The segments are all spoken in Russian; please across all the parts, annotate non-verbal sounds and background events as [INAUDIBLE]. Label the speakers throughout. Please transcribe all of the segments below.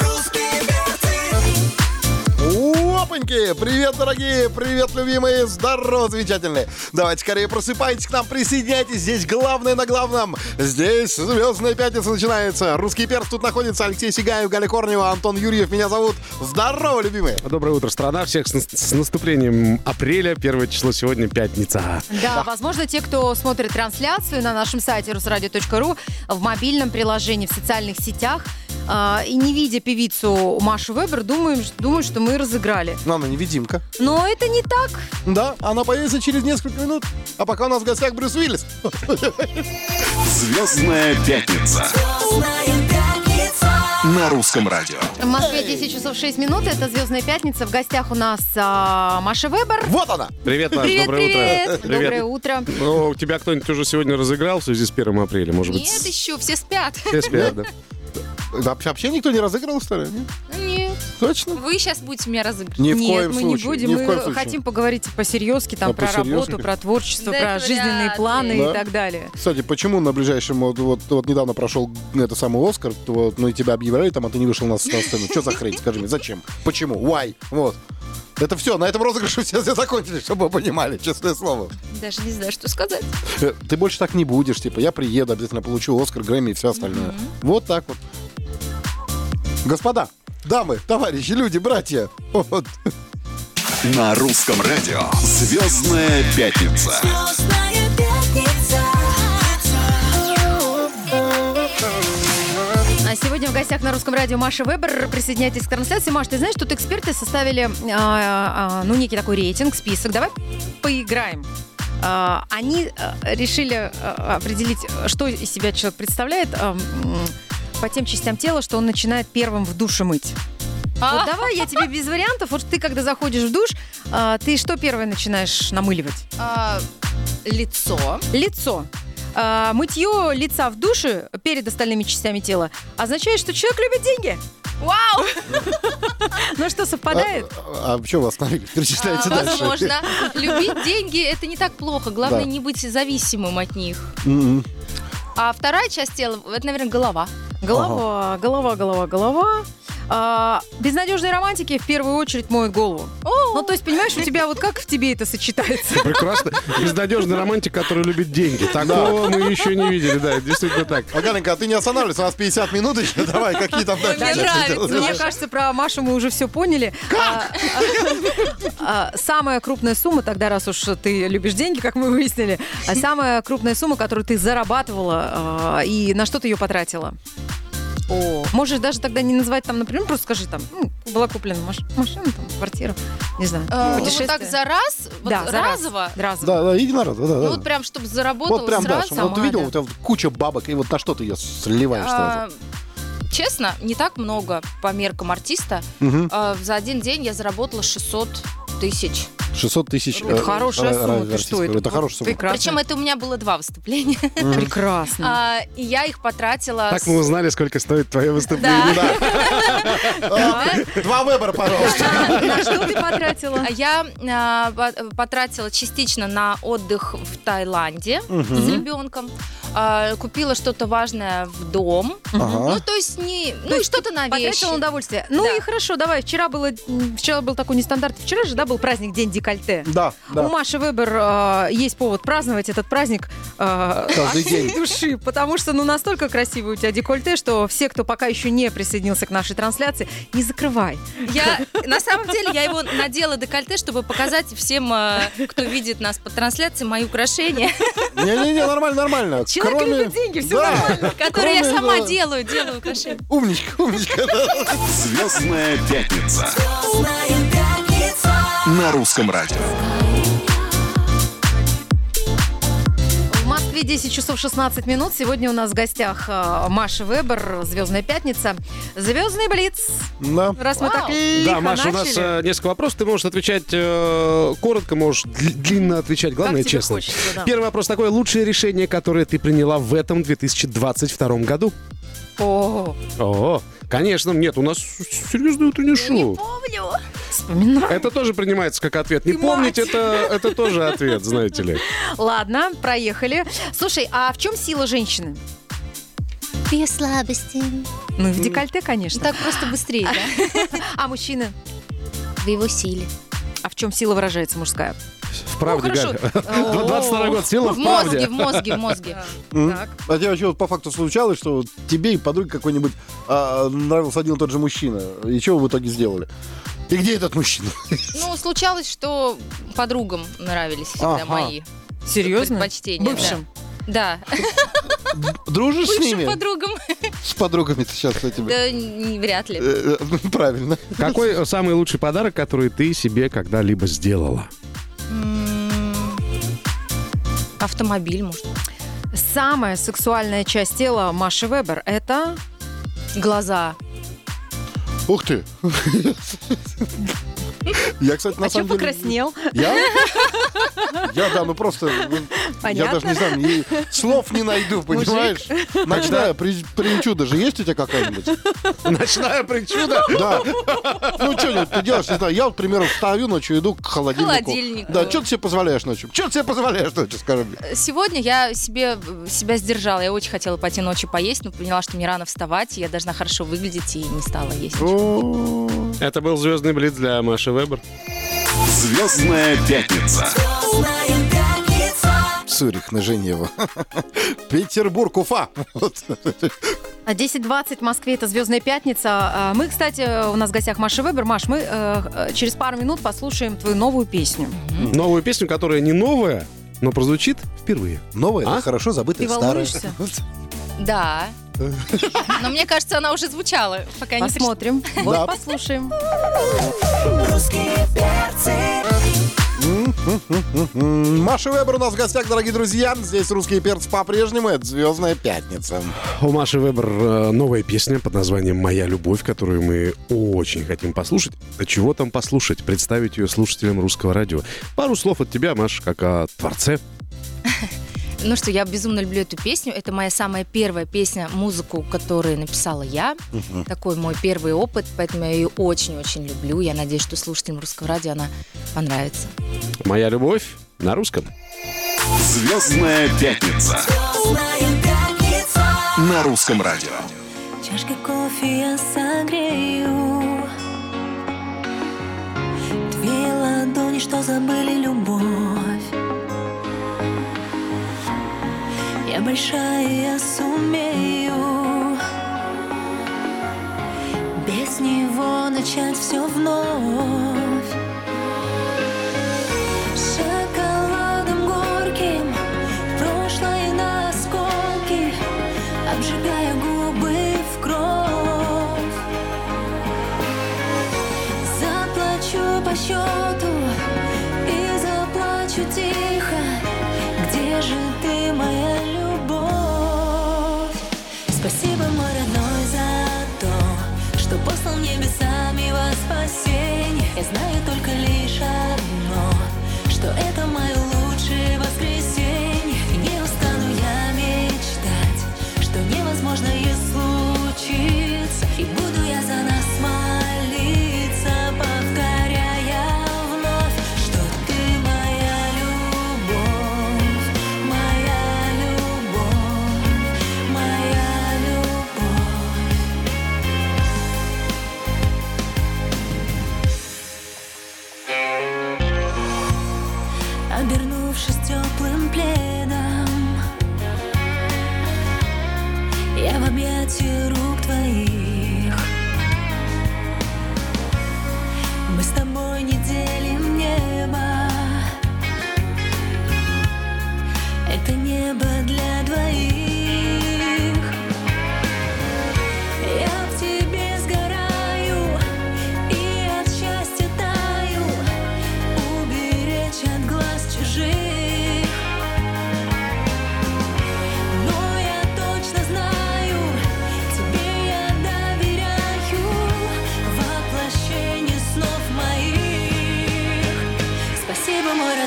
Speaker 1: русские перцы,
Speaker 2: Опаньки! Привет, дорогие! Привет, любимые! Здорово, замечательные! Давайте скорее просыпайтесь к нам, присоединяйтесь. Здесь главное на главном. Здесь «Звездная пятница» начинается. Русский перс тут находится. Алексей Сигаев, Галя Корнева, Антон Юрьев. Меня зовут. Здорово, любимые!
Speaker 3: Доброе утро, страна. Всех с, с наступлением апреля. Первое число сегодня пятница.
Speaker 4: Да, возможно, те, кто смотрит трансляцию на нашем сайте rusradio.ru, в мобильном приложении, в социальных сетях, а, и не видя певицу Машу Вебер, думаем- думают, что мы разыграли.
Speaker 2: Но она невидимка.
Speaker 4: Но это не так.
Speaker 2: Да, она появится через несколько минут. А пока у нас в гостях Брюс Уиллис.
Speaker 5: Звездная пятница
Speaker 1: звездная пятница,
Speaker 5: на русском радио.
Speaker 4: В Москве 10 часов 6 минут. Это «Звездная пятница». В гостях у нас а, Маша Вебер.
Speaker 2: Вот она!
Speaker 3: Привет, Маш,
Speaker 4: Привет,
Speaker 3: доброе
Speaker 4: привет.
Speaker 3: утро.
Speaker 4: Доброе утро.
Speaker 3: Ну, у тебя кто-нибудь уже сегодня разыграл в связи с 1 апреля? Может быть,
Speaker 6: Нет, еще все спят.
Speaker 3: все спят, да?
Speaker 2: Вообще, вообще никто не разыгрывал, что ли? Нет?
Speaker 6: Нет.
Speaker 2: Точно?
Speaker 6: Вы сейчас будете меня разыгрывать.
Speaker 2: Ни в
Speaker 4: Нет,
Speaker 2: коем
Speaker 4: мы
Speaker 2: случае.
Speaker 4: не будем.
Speaker 2: ни в
Speaker 4: мы
Speaker 2: коем случае.
Speaker 4: хотим поговорить по-серьезки, там,
Speaker 3: А,
Speaker 4: про работу,
Speaker 3: по-серьёзки?
Speaker 4: про творчество,
Speaker 6: Да
Speaker 4: про
Speaker 6: это
Speaker 4: жизненные
Speaker 6: вряд
Speaker 4: планы
Speaker 2: ли.
Speaker 4: и так далее.
Speaker 2: Кстати, почему на ближайшем, вот, вот, вот недавно прошел это самый Оскар, вот, ну и тебя объявляли там, а ты не вышел на, с- на сцену. Что за хрень, скажи мне, зачем? Почему? Why? Вот. Это все, на этом розыгрыше все, все закончили, чтобы вы понимали, честное слово.
Speaker 6: Даже не знаю, что сказать.
Speaker 2: Э, Ты больше так не будешь, типа, я приеду, обязательно получу Оскар, Грэмми и все остальное. Вот так вот. Господа, дамы, товарищи, люди, братья, вот.
Speaker 5: На русском радио. Звездная пятница.
Speaker 1: звездная пятница,
Speaker 4: А сегодня в гостях на русском радио Маша Вебер. Присоединяйтесь к трансляции. Маш, ты знаешь, тут эксперты составили а, а, ну некий такой рейтинг, список. Давай поиграем. А, они а, решили а, определить, что из себя человек представляет а, м, по тем частям тела, что он начинает первым в душе мыть.
Speaker 6: А.
Speaker 4: Вот давай я тебе без вариантов. Вот ты, когда заходишь в душ, а, ты что первое начинаешь намыливать?
Speaker 6: А, лицо.
Speaker 4: Лицо. А, Мытье лица в душе перед остальными частями тела означает, что человек любит деньги.
Speaker 6: Вау!
Speaker 4: [LAUGHS] Ну что, совпадает?
Speaker 2: А, а что вы остановились? Перечисляйте дальше.
Speaker 6: А, Возможно. Любить деньги это не так плохо. Главное
Speaker 2: Да.
Speaker 6: не быть зависимым от них.
Speaker 2: М-м.
Speaker 6: А вторая часть тела это, наверное, голова.
Speaker 4: Голова, голова, голова, голова. А, безнадежные романтики в первую очередь моют голову. Ну, то есть, понимаешь, у тебя вот как в тебе это сочетается?
Speaker 3: Прекрасно. Безнадежный романтик, который любит деньги. Такого мы еще не видели, да, это действительно так.
Speaker 2: Галенька, а ты не останавливайся, у нас 50 минут еще, давай, какие там дальше?
Speaker 6: Мне нравится.
Speaker 2: дела?
Speaker 4: Мне кажется, про Машу мы уже все поняли. А, а, а, Самая крупная сумма, тогда раз уж ты любишь деньги, как мы выяснили, а самая крупная сумма, которую ты зарабатывала а, и на что ты ее потратила? Можешь даже тогда не назвать там, например, просто скажи там, «М, была куплена маш- машина, там, квартира, не знаю,
Speaker 6: Э, ну,
Speaker 4: путешествие.
Speaker 6: вот так за раз, вот
Speaker 4: Да, за раз.
Speaker 6: разово.
Speaker 4: Разово.
Speaker 2: Да, да, единоразово, да, да.
Speaker 6: Ну, вот прям, чтобы заработала
Speaker 2: Вот прям, да,
Speaker 6: сразу.
Speaker 2: чтобы вот ты
Speaker 4: сама,
Speaker 2: видел,
Speaker 4: да.
Speaker 2: у тебя вот куча бабок, и вот на что ты ее сливаешь
Speaker 6: А,
Speaker 2: сразу?
Speaker 6: Честно, не так много по меркам артиста.
Speaker 2: Мгм.
Speaker 6: А, За один день я заработала 600 тысяч.
Speaker 2: 600 тысяч.
Speaker 4: Это
Speaker 2: э,
Speaker 4: хорошая
Speaker 2: э,
Speaker 4: сумма, ты
Speaker 2: артистов.
Speaker 4: что это?
Speaker 2: Это хорошая сумма.
Speaker 6: Причем это у меня было два выступления.
Speaker 4: Прекрасно.
Speaker 6: А, и я их потратила.
Speaker 3: Так
Speaker 6: с-
Speaker 3: мы узнали, сколько стоит твое выступление.
Speaker 6: Да.
Speaker 4: [LAUGHS]
Speaker 2: Два выбора, пожалуйста.
Speaker 4: На что ты потратила?
Speaker 6: А Я а, по- потратила частично на отдых в Таиланде с ребенком. А, Купила что-то важное в дом.
Speaker 3: А?
Speaker 6: Ну, то есть не... Ну, и что-то на вещи.
Speaker 4: Потратила на удовольствие. Ну
Speaker 6: Да.
Speaker 4: и хорошо, давай. Вчера было, м, вчера был такой нестандарт. Вчера же, да, был праздник День декольте.
Speaker 2: Да,
Speaker 4: У
Speaker 2: да.
Speaker 4: Маши Вебер э, есть повод праздновать этот праздник э,
Speaker 2: Каждый
Speaker 4: от
Speaker 2: день.
Speaker 4: всей души, потому что ну настолько красивый у тебя декольте, что все, кто пока еще не присоединился к нашей трансляции, не закрывай.
Speaker 6: Я, на самом деле, я его надела декольте, чтобы показать всем, э, кто видит нас по трансляции, мои украшения, [LAUGHS]
Speaker 2: Не-не-не, нормально, нормально.
Speaker 4: Человек
Speaker 2: Кроме-
Speaker 4: любит деньги, все
Speaker 2: Да.
Speaker 4: нормально.
Speaker 6: которые я
Speaker 2: Кроме
Speaker 6: сама
Speaker 2: этого-
Speaker 6: делаю, делаю украшения.
Speaker 2: Умничка, умничка.
Speaker 5: Звездная пятница
Speaker 1: звездная пятница,
Speaker 5: на русском радио.
Speaker 4: В Москве Москве 10 часов 16 минут. Сегодня у нас в гостях э, Маша Вебер, Звездная пятница, Звездный Блиц.
Speaker 2: Да.
Speaker 4: Раз мы так
Speaker 6: Вау.
Speaker 4: лихо
Speaker 3: Да, Маша, у нас
Speaker 4: начали,
Speaker 3: э, несколько вопросов. Ты можешь отвечать э, коротко, можешь дли- длинно отвечать.
Speaker 4: как
Speaker 3: Главное,
Speaker 4: тебе
Speaker 3: честно.
Speaker 4: хочется, да.
Speaker 3: Первый вопрос такой. Лучшее решение, которое ты приняла в этом 2022 году?
Speaker 4: О,
Speaker 3: О, конечно, нет, у нас серьезное утреннее шоу.
Speaker 4: вспоминаю.
Speaker 3: Это тоже принимается как ответ. Не
Speaker 4: Ты
Speaker 3: помнить,
Speaker 4: мать.
Speaker 3: это, это тоже ответ, знаете ли.
Speaker 4: Ладно, проехали. Слушай, а в чем сила женщины?
Speaker 7: Без слабости.
Speaker 4: Ну, и в декольте, конечно.
Speaker 7: Так просто быстрее,
Speaker 6: Ну,
Speaker 7: да?
Speaker 4: А мужчины?
Speaker 7: В его силе.
Speaker 4: А в чем сила выражается мужская?
Speaker 3: В правде,
Speaker 6: Ну, хорошо.
Speaker 3: Галя. [LAUGHS] 22 год, сила
Speaker 2: Ну,
Speaker 6: В
Speaker 3: в правде.
Speaker 6: мозге, в мозге,
Speaker 4: [LAUGHS]
Speaker 6: в мозге.
Speaker 2: М.
Speaker 4: Так.
Speaker 2: А тебе вообще вот по факту случалось, что вот тебе и подруге какой-нибудь а, нравился один и тот же мужчина. И что вы в итоге сделали? И где этот мужчина?
Speaker 6: Ну, случалось, что подругам нравились всегда
Speaker 2: Ага.
Speaker 6: мои
Speaker 4: Серьезно?
Speaker 6: предпочтения. да.
Speaker 4: Бывшим.
Speaker 6: Да,
Speaker 2: Дружишь с
Speaker 6: бывшим
Speaker 2: ними?
Speaker 6: подругам.
Speaker 2: С подругами сейчас с этими.
Speaker 6: Да, н- вряд ли.
Speaker 2: Э, э, Правильно.
Speaker 3: Какой э, самый лучший подарок, который ты себе когда-либо сделала?
Speaker 6: М, Автомобиль, может.
Speaker 4: Самая сексуальная часть тела Маши Вебер – это...
Speaker 6: Глаза.
Speaker 2: Ух ты. [LAUGHS] Я, кстати, на
Speaker 4: а чем
Speaker 2: самом деле...
Speaker 4: покраснел?
Speaker 2: Я? [LAUGHS] Я, да, ну просто... ну, Я
Speaker 4: Понятно.
Speaker 2: даже не знаю, и слов не найду, понимаешь? Ночная при- причуда же есть у тебя какая-нибудь?
Speaker 3: Ночная причуда.
Speaker 2: [LAUGHS] Да. Ну, что ты делаешь, не знаю. Я, вот, к примеру, встаю ночью, иду к холодильнику.
Speaker 6: Холодильнику.
Speaker 2: Да, что ты себе позволяешь ночью? Что ты себе позволяешь ночью, скажи мне?
Speaker 4: Э,
Speaker 6: Сегодня я себе, себя сдержала. Я очень хотела пойти ночью поесть, но поняла, что мне рано вставать, и я должна хорошо выглядеть, и не стала есть.
Speaker 3: Это был звездный блиц для Маши Вебер.
Speaker 5: Звездная пятница.
Speaker 1: Звездная пятница.
Speaker 2: Цюрих на Женеву. [LAUGHS] Петербург, Уфа. [LAUGHS] Вот.
Speaker 4: А 10.20 в Москве – это «Звездная пятница». А Мы, кстати, у нас в гостях Маша Вебер. Маш, мы э, э, через пару минут послушаем твою новую песню.
Speaker 3: Новую песню, которая не новая, но прозвучит впервые.
Speaker 2: Новое,
Speaker 3: А?
Speaker 2: хорошо забытое,
Speaker 4: Ты
Speaker 2: [LAUGHS]
Speaker 4: волнуешься?
Speaker 6: Да. Но мне кажется, она уже звучала, пока не пришла.
Speaker 4: Посмотрим. Вот
Speaker 2: Да.
Speaker 4: послушаем.
Speaker 1: Русские перцы.
Speaker 2: М, Маша Вебер у нас в гостях, дорогие друзья. Здесь «Русский перц» по-прежнему. Это «Звездная пятница».
Speaker 3: У Маши Вебер э, новая песня под названием «Моя любовь», которую мы очень хотим послушать. А чего там послушать? Представить ее слушателям русского радио. Пару слов от тебя, Маша, как о творце.
Speaker 6: Ну что, я безумно люблю эту песню. Это моя самая первая песня, музыку, которую написала я. Такой мой первый опыт, поэтому я ее очень-очень люблю. Я надеюсь, что слушателям русского радио она понравится.
Speaker 3: «Моя любовь» на русском.
Speaker 5: Звездная пятница.
Speaker 1: Звездная пятница.
Speaker 5: На русском радио.
Speaker 1: Чашкой кофе я согрею Две ладони, что забыли любовь Я большая, я сумею Без него начать все вновь Шоколадом горьким в Прошлое на осколки Обжигая губы в кровь Заплачу по счету И заплачу тихо Где же ты, моя любовь? Спасибо, мой родной, за то Что послал мне небесами во спасенье Я знаю только лишь одно Что это мое лучшее воскресенье И не устану я мечтать Что невозможно и случится И буду я за нас молиться Повторяя вновь Что ты моя любовь Моя любовь Моя любовь Обернувшись теплым пледом Я в объятии рук твоих Мы с тобой не делим небо Это небо для двоих Я в тебе сгораю И от счастья таю Уберечь от глаз чужих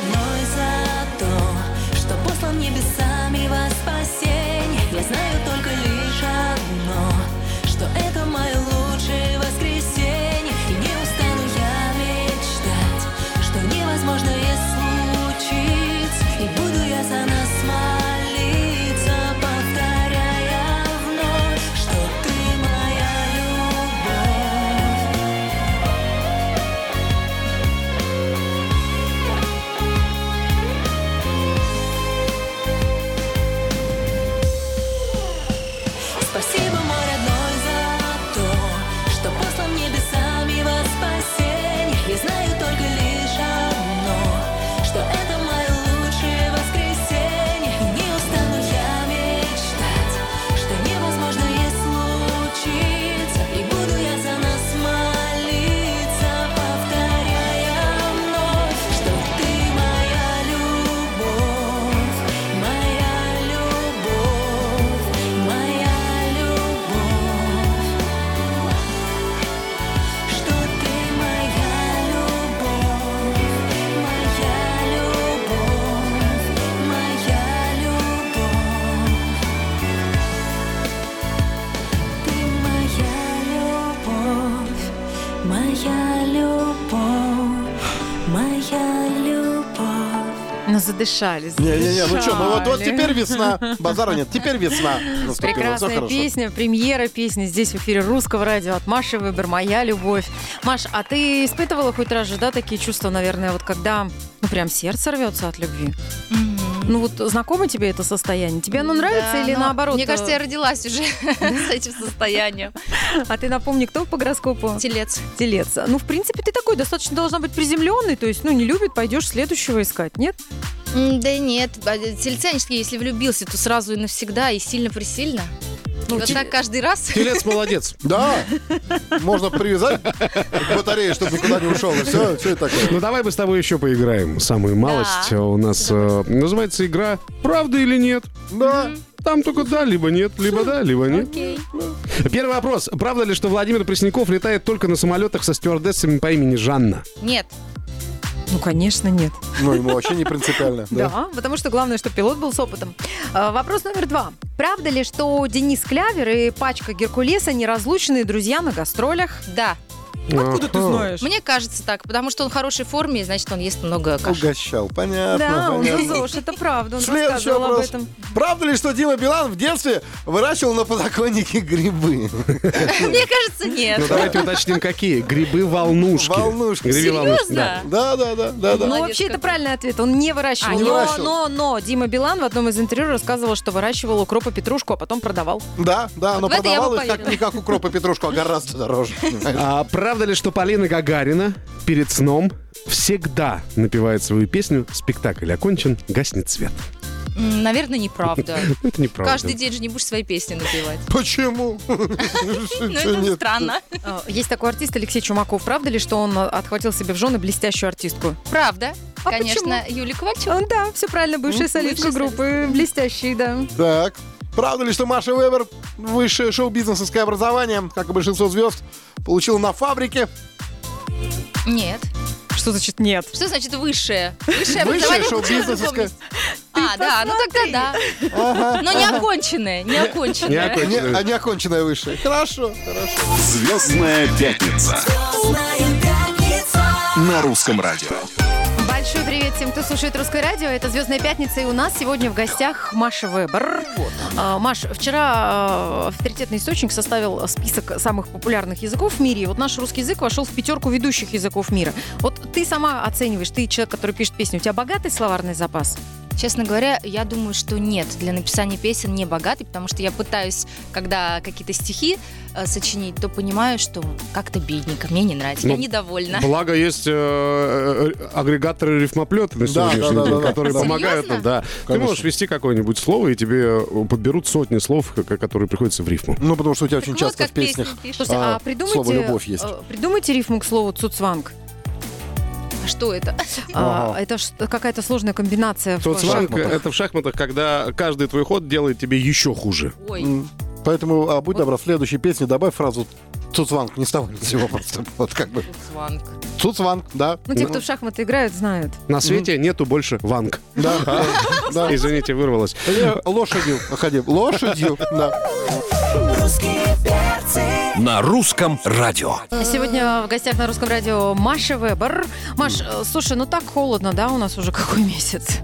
Speaker 1: мной за то, что послан небесами во спасенье. Я знаю только лишь одно, что это мое лучшее воскресенье. И не устану я мечтать, что невозможно и случится. И буду я за нас молиться, повторяя вновь, что ты моя любовь. Спасибо, мой родной, за то, что послан небесами во спасенье. Я знаю только лишь одно, что это мое лучшее воскресенье. И не устану я мечтать, что невозможно случится. И буду я за нас молиться, повторяя вновь, что ты моя любовь, моя любовь, моя любовь, что ты моя любовь, моя любовь, моя любовь, ты моя любовь. Моя любовь, моя любовь.
Speaker 4: Ну, задышались.
Speaker 2: Не-не-не, ну что, ну вот, вот
Speaker 4: задышали.
Speaker 2: теперь весна. Базара нет, теперь весна наступила. Все
Speaker 4: Прекрасная
Speaker 2: Ну, хорошо.
Speaker 4: песня, премьера песни здесь в эфире Русского радио от Маши Выбор, «Моя любовь». Маш, а ты испытывала хоть раз же, да, такие чувства, наверное, вот когда, ну, прям сердце рвется от любви? Ну, вот знакомо тебе это состояние? Тебе оно нравится
Speaker 6: Да,
Speaker 4: или
Speaker 6: но
Speaker 4: наоборот?
Speaker 6: Мне кажется, я
Speaker 4: э, [LAUGHS]
Speaker 6: родилась уже с этим состоянием.
Speaker 4: А ты напомни, кто по гороскопу?
Speaker 6: Телец.
Speaker 4: [LAUGHS] Телец. Ну, в принципе, ты такой достаточно должна быть приземленный, то есть, ну, не любит, пойдешь следующего искать, нет?
Speaker 6: М, Да нет, а, э, тельца, они ж такие, если влюбился, то сразу и навсегда, и сильно-пресильно.
Speaker 4: Ну,
Speaker 6: вот
Speaker 4: те-
Speaker 6: так каждый раз. [LAUGHS]
Speaker 3: Телец молодец.
Speaker 2: Да, можно привязать к батарее, чтобы никуда не ушел. И все, все и такое.
Speaker 3: Ну давай мы с тобой еще поиграем. Самую малость.
Speaker 6: Да.
Speaker 3: У нас э, называется игра «Правда или нет?».
Speaker 2: Да.
Speaker 3: Там только да, либо нет, либо да, либо нет.
Speaker 6: Окей.
Speaker 3: Первый вопрос. Правда ли, что Владимир Пресняков летает только на самолетах со стюардессами по имени Жанна?
Speaker 6: Нет.
Speaker 4: Ну, конечно, нет.
Speaker 2: Ну, ему вообще не принципиально.
Speaker 4: Да, потому что главное, что пилот был с опытом. А, Вопрос номер два. Правда ли, что Денис Клявер и пачка Геркулеса неразлучные друзья на гастролях?
Speaker 6: Да.
Speaker 3: Откуда ты знаешь?
Speaker 6: Мне кажется так, потому что он в хорошей форме, и значит, он ест много каши.
Speaker 2: Угощал, понятно.
Speaker 4: да, он
Speaker 2: понятно.
Speaker 4: ЗОЖ, это правда, он
Speaker 2: Следующий
Speaker 4: рассказывал об
Speaker 2: вопрос.
Speaker 4: этом.
Speaker 2: Правда ли, что Дима Билан в детстве выращивал на подоконнике грибы? [LAUGHS]
Speaker 4: Угу.
Speaker 6: Мне кажется, нет.
Speaker 3: Ну давайте уточним, какие. Грибы-волнушки.
Speaker 2: Волнушки.
Speaker 3: Грибы-волнушки. Да.
Speaker 6: Серьезно?
Speaker 2: Да, да, да, да, да.
Speaker 4: Ну,
Speaker 6: Молодец
Speaker 4: вообще, это
Speaker 6: какой.
Speaker 4: правильный ответ. Он не выращивал.
Speaker 2: А, не
Speaker 4: но,
Speaker 2: выращивал.
Speaker 4: но, но Дима Билан в одном из интервью рассказывал, что выращивал укроп и петрушку, а потом продавал.
Speaker 2: Да, да, но
Speaker 6: в это я бы
Speaker 2: продавал их как,
Speaker 6: поверила.
Speaker 2: не как укроп и петрушку, а гораздо дороже. понимаешь?
Speaker 6: [LAUGHS]
Speaker 3: А правда ли, что Полина Гагарина перед сном всегда напевает свою песню «Спектакль окончен, гаснет свет».
Speaker 6: М, Наверное, неправда.
Speaker 4: [LAUGHS]
Speaker 3: Ну, Это неправда.
Speaker 6: Каждый день же не будешь свои песни напевать. [LAUGHS]
Speaker 2: Почему?
Speaker 6: Ну,
Speaker 2: Чё
Speaker 6: это
Speaker 2: нет?
Speaker 6: странно.
Speaker 4: Э, Есть такой артист Алексей Чумаков. Правда ли, что он э, отхватил себе в жены блестящую артистку?
Speaker 6: Правда.
Speaker 4: А
Speaker 6: Конечно, Юлия Ковальчук.
Speaker 4: Э, Да, все правильно, бывшая
Speaker 6: М,
Speaker 4: солистка
Speaker 6: бывшая
Speaker 4: группы. Блестящий, да.
Speaker 2: Так. Правда ли, что Маша Вебер, высшее шоу-бизнесовское образование, как и большинство звезд, получила на фабрике?
Speaker 6: Э, Нет.
Speaker 4: Что значит нет?
Speaker 6: Что значит высшее? Высшее
Speaker 2: Высшее
Speaker 6: образование
Speaker 2: шоу-бизнесовское.
Speaker 6: А, да, ну тогда да. Но не оконченное, не
Speaker 3: Не
Speaker 6: оконченное.
Speaker 2: Не,
Speaker 3: окончен.
Speaker 2: а не оконченное высшее. Хорошо, хорошо.
Speaker 5: Звездная пятница
Speaker 1: Знаю, пятница.
Speaker 5: на русском радио.
Speaker 4: Большой привет всем, кто слушает Русское радио. Это «Звездная пятница», и у нас сегодня в гостях Маша Вебер. А, Маш, вчера а, авторитетный источник составил список самых популярных языков в мире. И вот наш русский язык вошел в пятерку ведущих языков мира. Вот ты сама оцениваешь, ты человек, который пишет песню, у тебя богатый словарный запас?
Speaker 6: Честно говоря, я думаю, что нет. Для написания песен не богатый, потому что я пытаюсь, когда какие-то стихи э, сочинить, то понимаю, что как-то бедненько, мне не нравится, я
Speaker 3: Ну,
Speaker 6: недовольна.
Speaker 3: Благо есть э, э, агрегаторы рифмоплеты на
Speaker 2: Да,
Speaker 3: сегодняшний
Speaker 2: да, да,
Speaker 3: день,
Speaker 2: да, да.
Speaker 3: которые
Speaker 6: Серьезно?
Speaker 3: помогают нам. Да. Ты
Speaker 2: Конечно.
Speaker 3: можешь ввести какое-нибудь слово, и тебе э, подберут сотни слов, к- которые приходятся в рифму.
Speaker 2: Ну, потому что у тебя очень
Speaker 6: Так вот,
Speaker 2: часто
Speaker 6: как
Speaker 2: в песнях.
Speaker 6: песни пишут.
Speaker 4: Слушайте, а,
Speaker 2: А,
Speaker 4: придумайте,
Speaker 2: слово «любовь» есть.
Speaker 4: э, придумайте рифму к слову «цуцванг».
Speaker 6: А что это?
Speaker 4: А,
Speaker 2: Ага.
Speaker 4: это ж какая-то сложная комбинация. в
Speaker 3: Тот
Speaker 4: шахматах.
Speaker 3: шаг, это в шахматах, когда каждый твой ход делает тебе еще хуже.
Speaker 6: Ой,
Speaker 2: М, Поэтому, а, будь добра, в следующей песне добавь фразу Цуцванг, не с того, ни с сего [LAUGHS] просто. Вот как бы.
Speaker 6: Ванг.
Speaker 2: Цуцванг, да.
Speaker 4: Ну,
Speaker 6: типа
Speaker 4: те, кто в шахматы играют, знают.
Speaker 3: На свете нету больше ванг.
Speaker 2: Да, [LAUGHS] да, да.
Speaker 3: Извините, вырвалось.
Speaker 2: Я Лошадью ходил. Лошадью, да.
Speaker 8: На русском радио.
Speaker 4: Сегодня в гостях на русском радио Маша Вебер. Маш, э, слушай, ну так холодно, да, у нас уже какой [LAUGHS] месяц?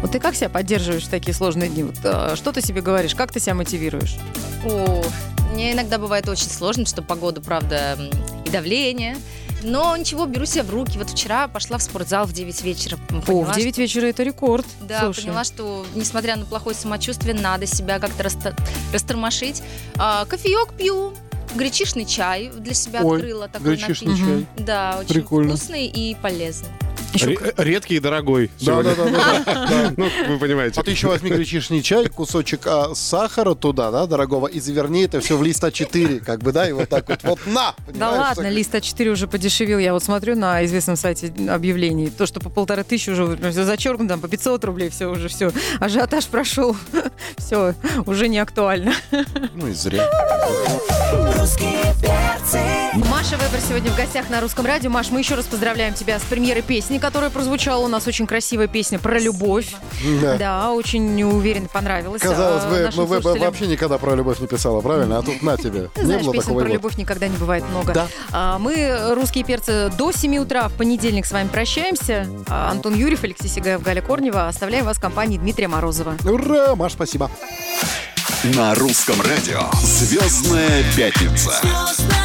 Speaker 4: Вот ты как себя поддерживаешь в такие сложные дни? Вот, э, что ты себе говоришь? Как ты себя мотивируешь?
Speaker 6: О, мне иногда бывает очень сложно, что погода, правда, м, и давление. Но ничего, беру себя в руки. Вот вчера пошла в спортзал в 9 вечера. м,
Speaker 4: О,
Speaker 6: поняла,
Speaker 4: в 9 вечера это рекорд.
Speaker 6: что- Да,
Speaker 4: Слушай.
Speaker 6: поняла, что несмотря на плохое самочувствие, надо себя как-то раста- растормошить. А, кофеек пью, гречишный чай для себя
Speaker 2: Ой,
Speaker 6: открыла. Такой
Speaker 2: Гречишный
Speaker 6: напиток.
Speaker 2: чай.
Speaker 6: Да, очень
Speaker 2: Прикольно.
Speaker 6: вкусный и полезный.
Speaker 4: Еще
Speaker 3: Ре- Редкий и дорогой.
Speaker 2: Да,
Speaker 3: сегодня.
Speaker 2: да, да, да, да.
Speaker 3: [LAUGHS] Ну, вы понимаете.
Speaker 2: А ты еще возьми гречишный чай, кусочек а, сахара туда, да, дорогого, и заверни это все в листа 4, как бы, да, и вот так вот. Вот на!
Speaker 4: Да
Speaker 2: понимаешь,
Speaker 4: ладно,
Speaker 2: так.
Speaker 4: лист А4 уже подешевел. Я вот смотрю на известном сайте объявлений. То, что по полторы тысячи уже все зачеркнуто, там по 500 рублей все уже, все. Ажиотаж прошел. [LAUGHS] Все, уже не актуально.
Speaker 2: Ну и зря.
Speaker 4: Маша Вебер сегодня в гостях на Русском радио. Маш, мы еще раз поздравляем тебя с премьерой песни, которая прозвучала. У нас очень красивая песня про любовь.
Speaker 2: Да.
Speaker 4: Да, очень уверен, понравилась.
Speaker 2: Казалось
Speaker 4: а,
Speaker 2: бы,
Speaker 4: нашим
Speaker 2: мы бы
Speaker 4: слушателям.
Speaker 2: вообще никогда про любовь не писала, правильно? А тут на тебе.
Speaker 4: Ты
Speaker 2: Не
Speaker 4: знаешь,
Speaker 2: было
Speaker 4: песен
Speaker 2: такого.
Speaker 4: про
Speaker 2: и вот.
Speaker 4: любовь никогда не бывает много.
Speaker 2: Да.
Speaker 4: А, мы, русские перцы, до 7 утра в понедельник с вами прощаемся. А, Антон Юрьев, Алексей Сигаев, Галя Корнева. Оставляем вас в компании Дмитрия Морозова.
Speaker 2: Ура, Маш, спасибо.
Speaker 5: На русском радио «Звездная пятница».
Speaker 1: Звездная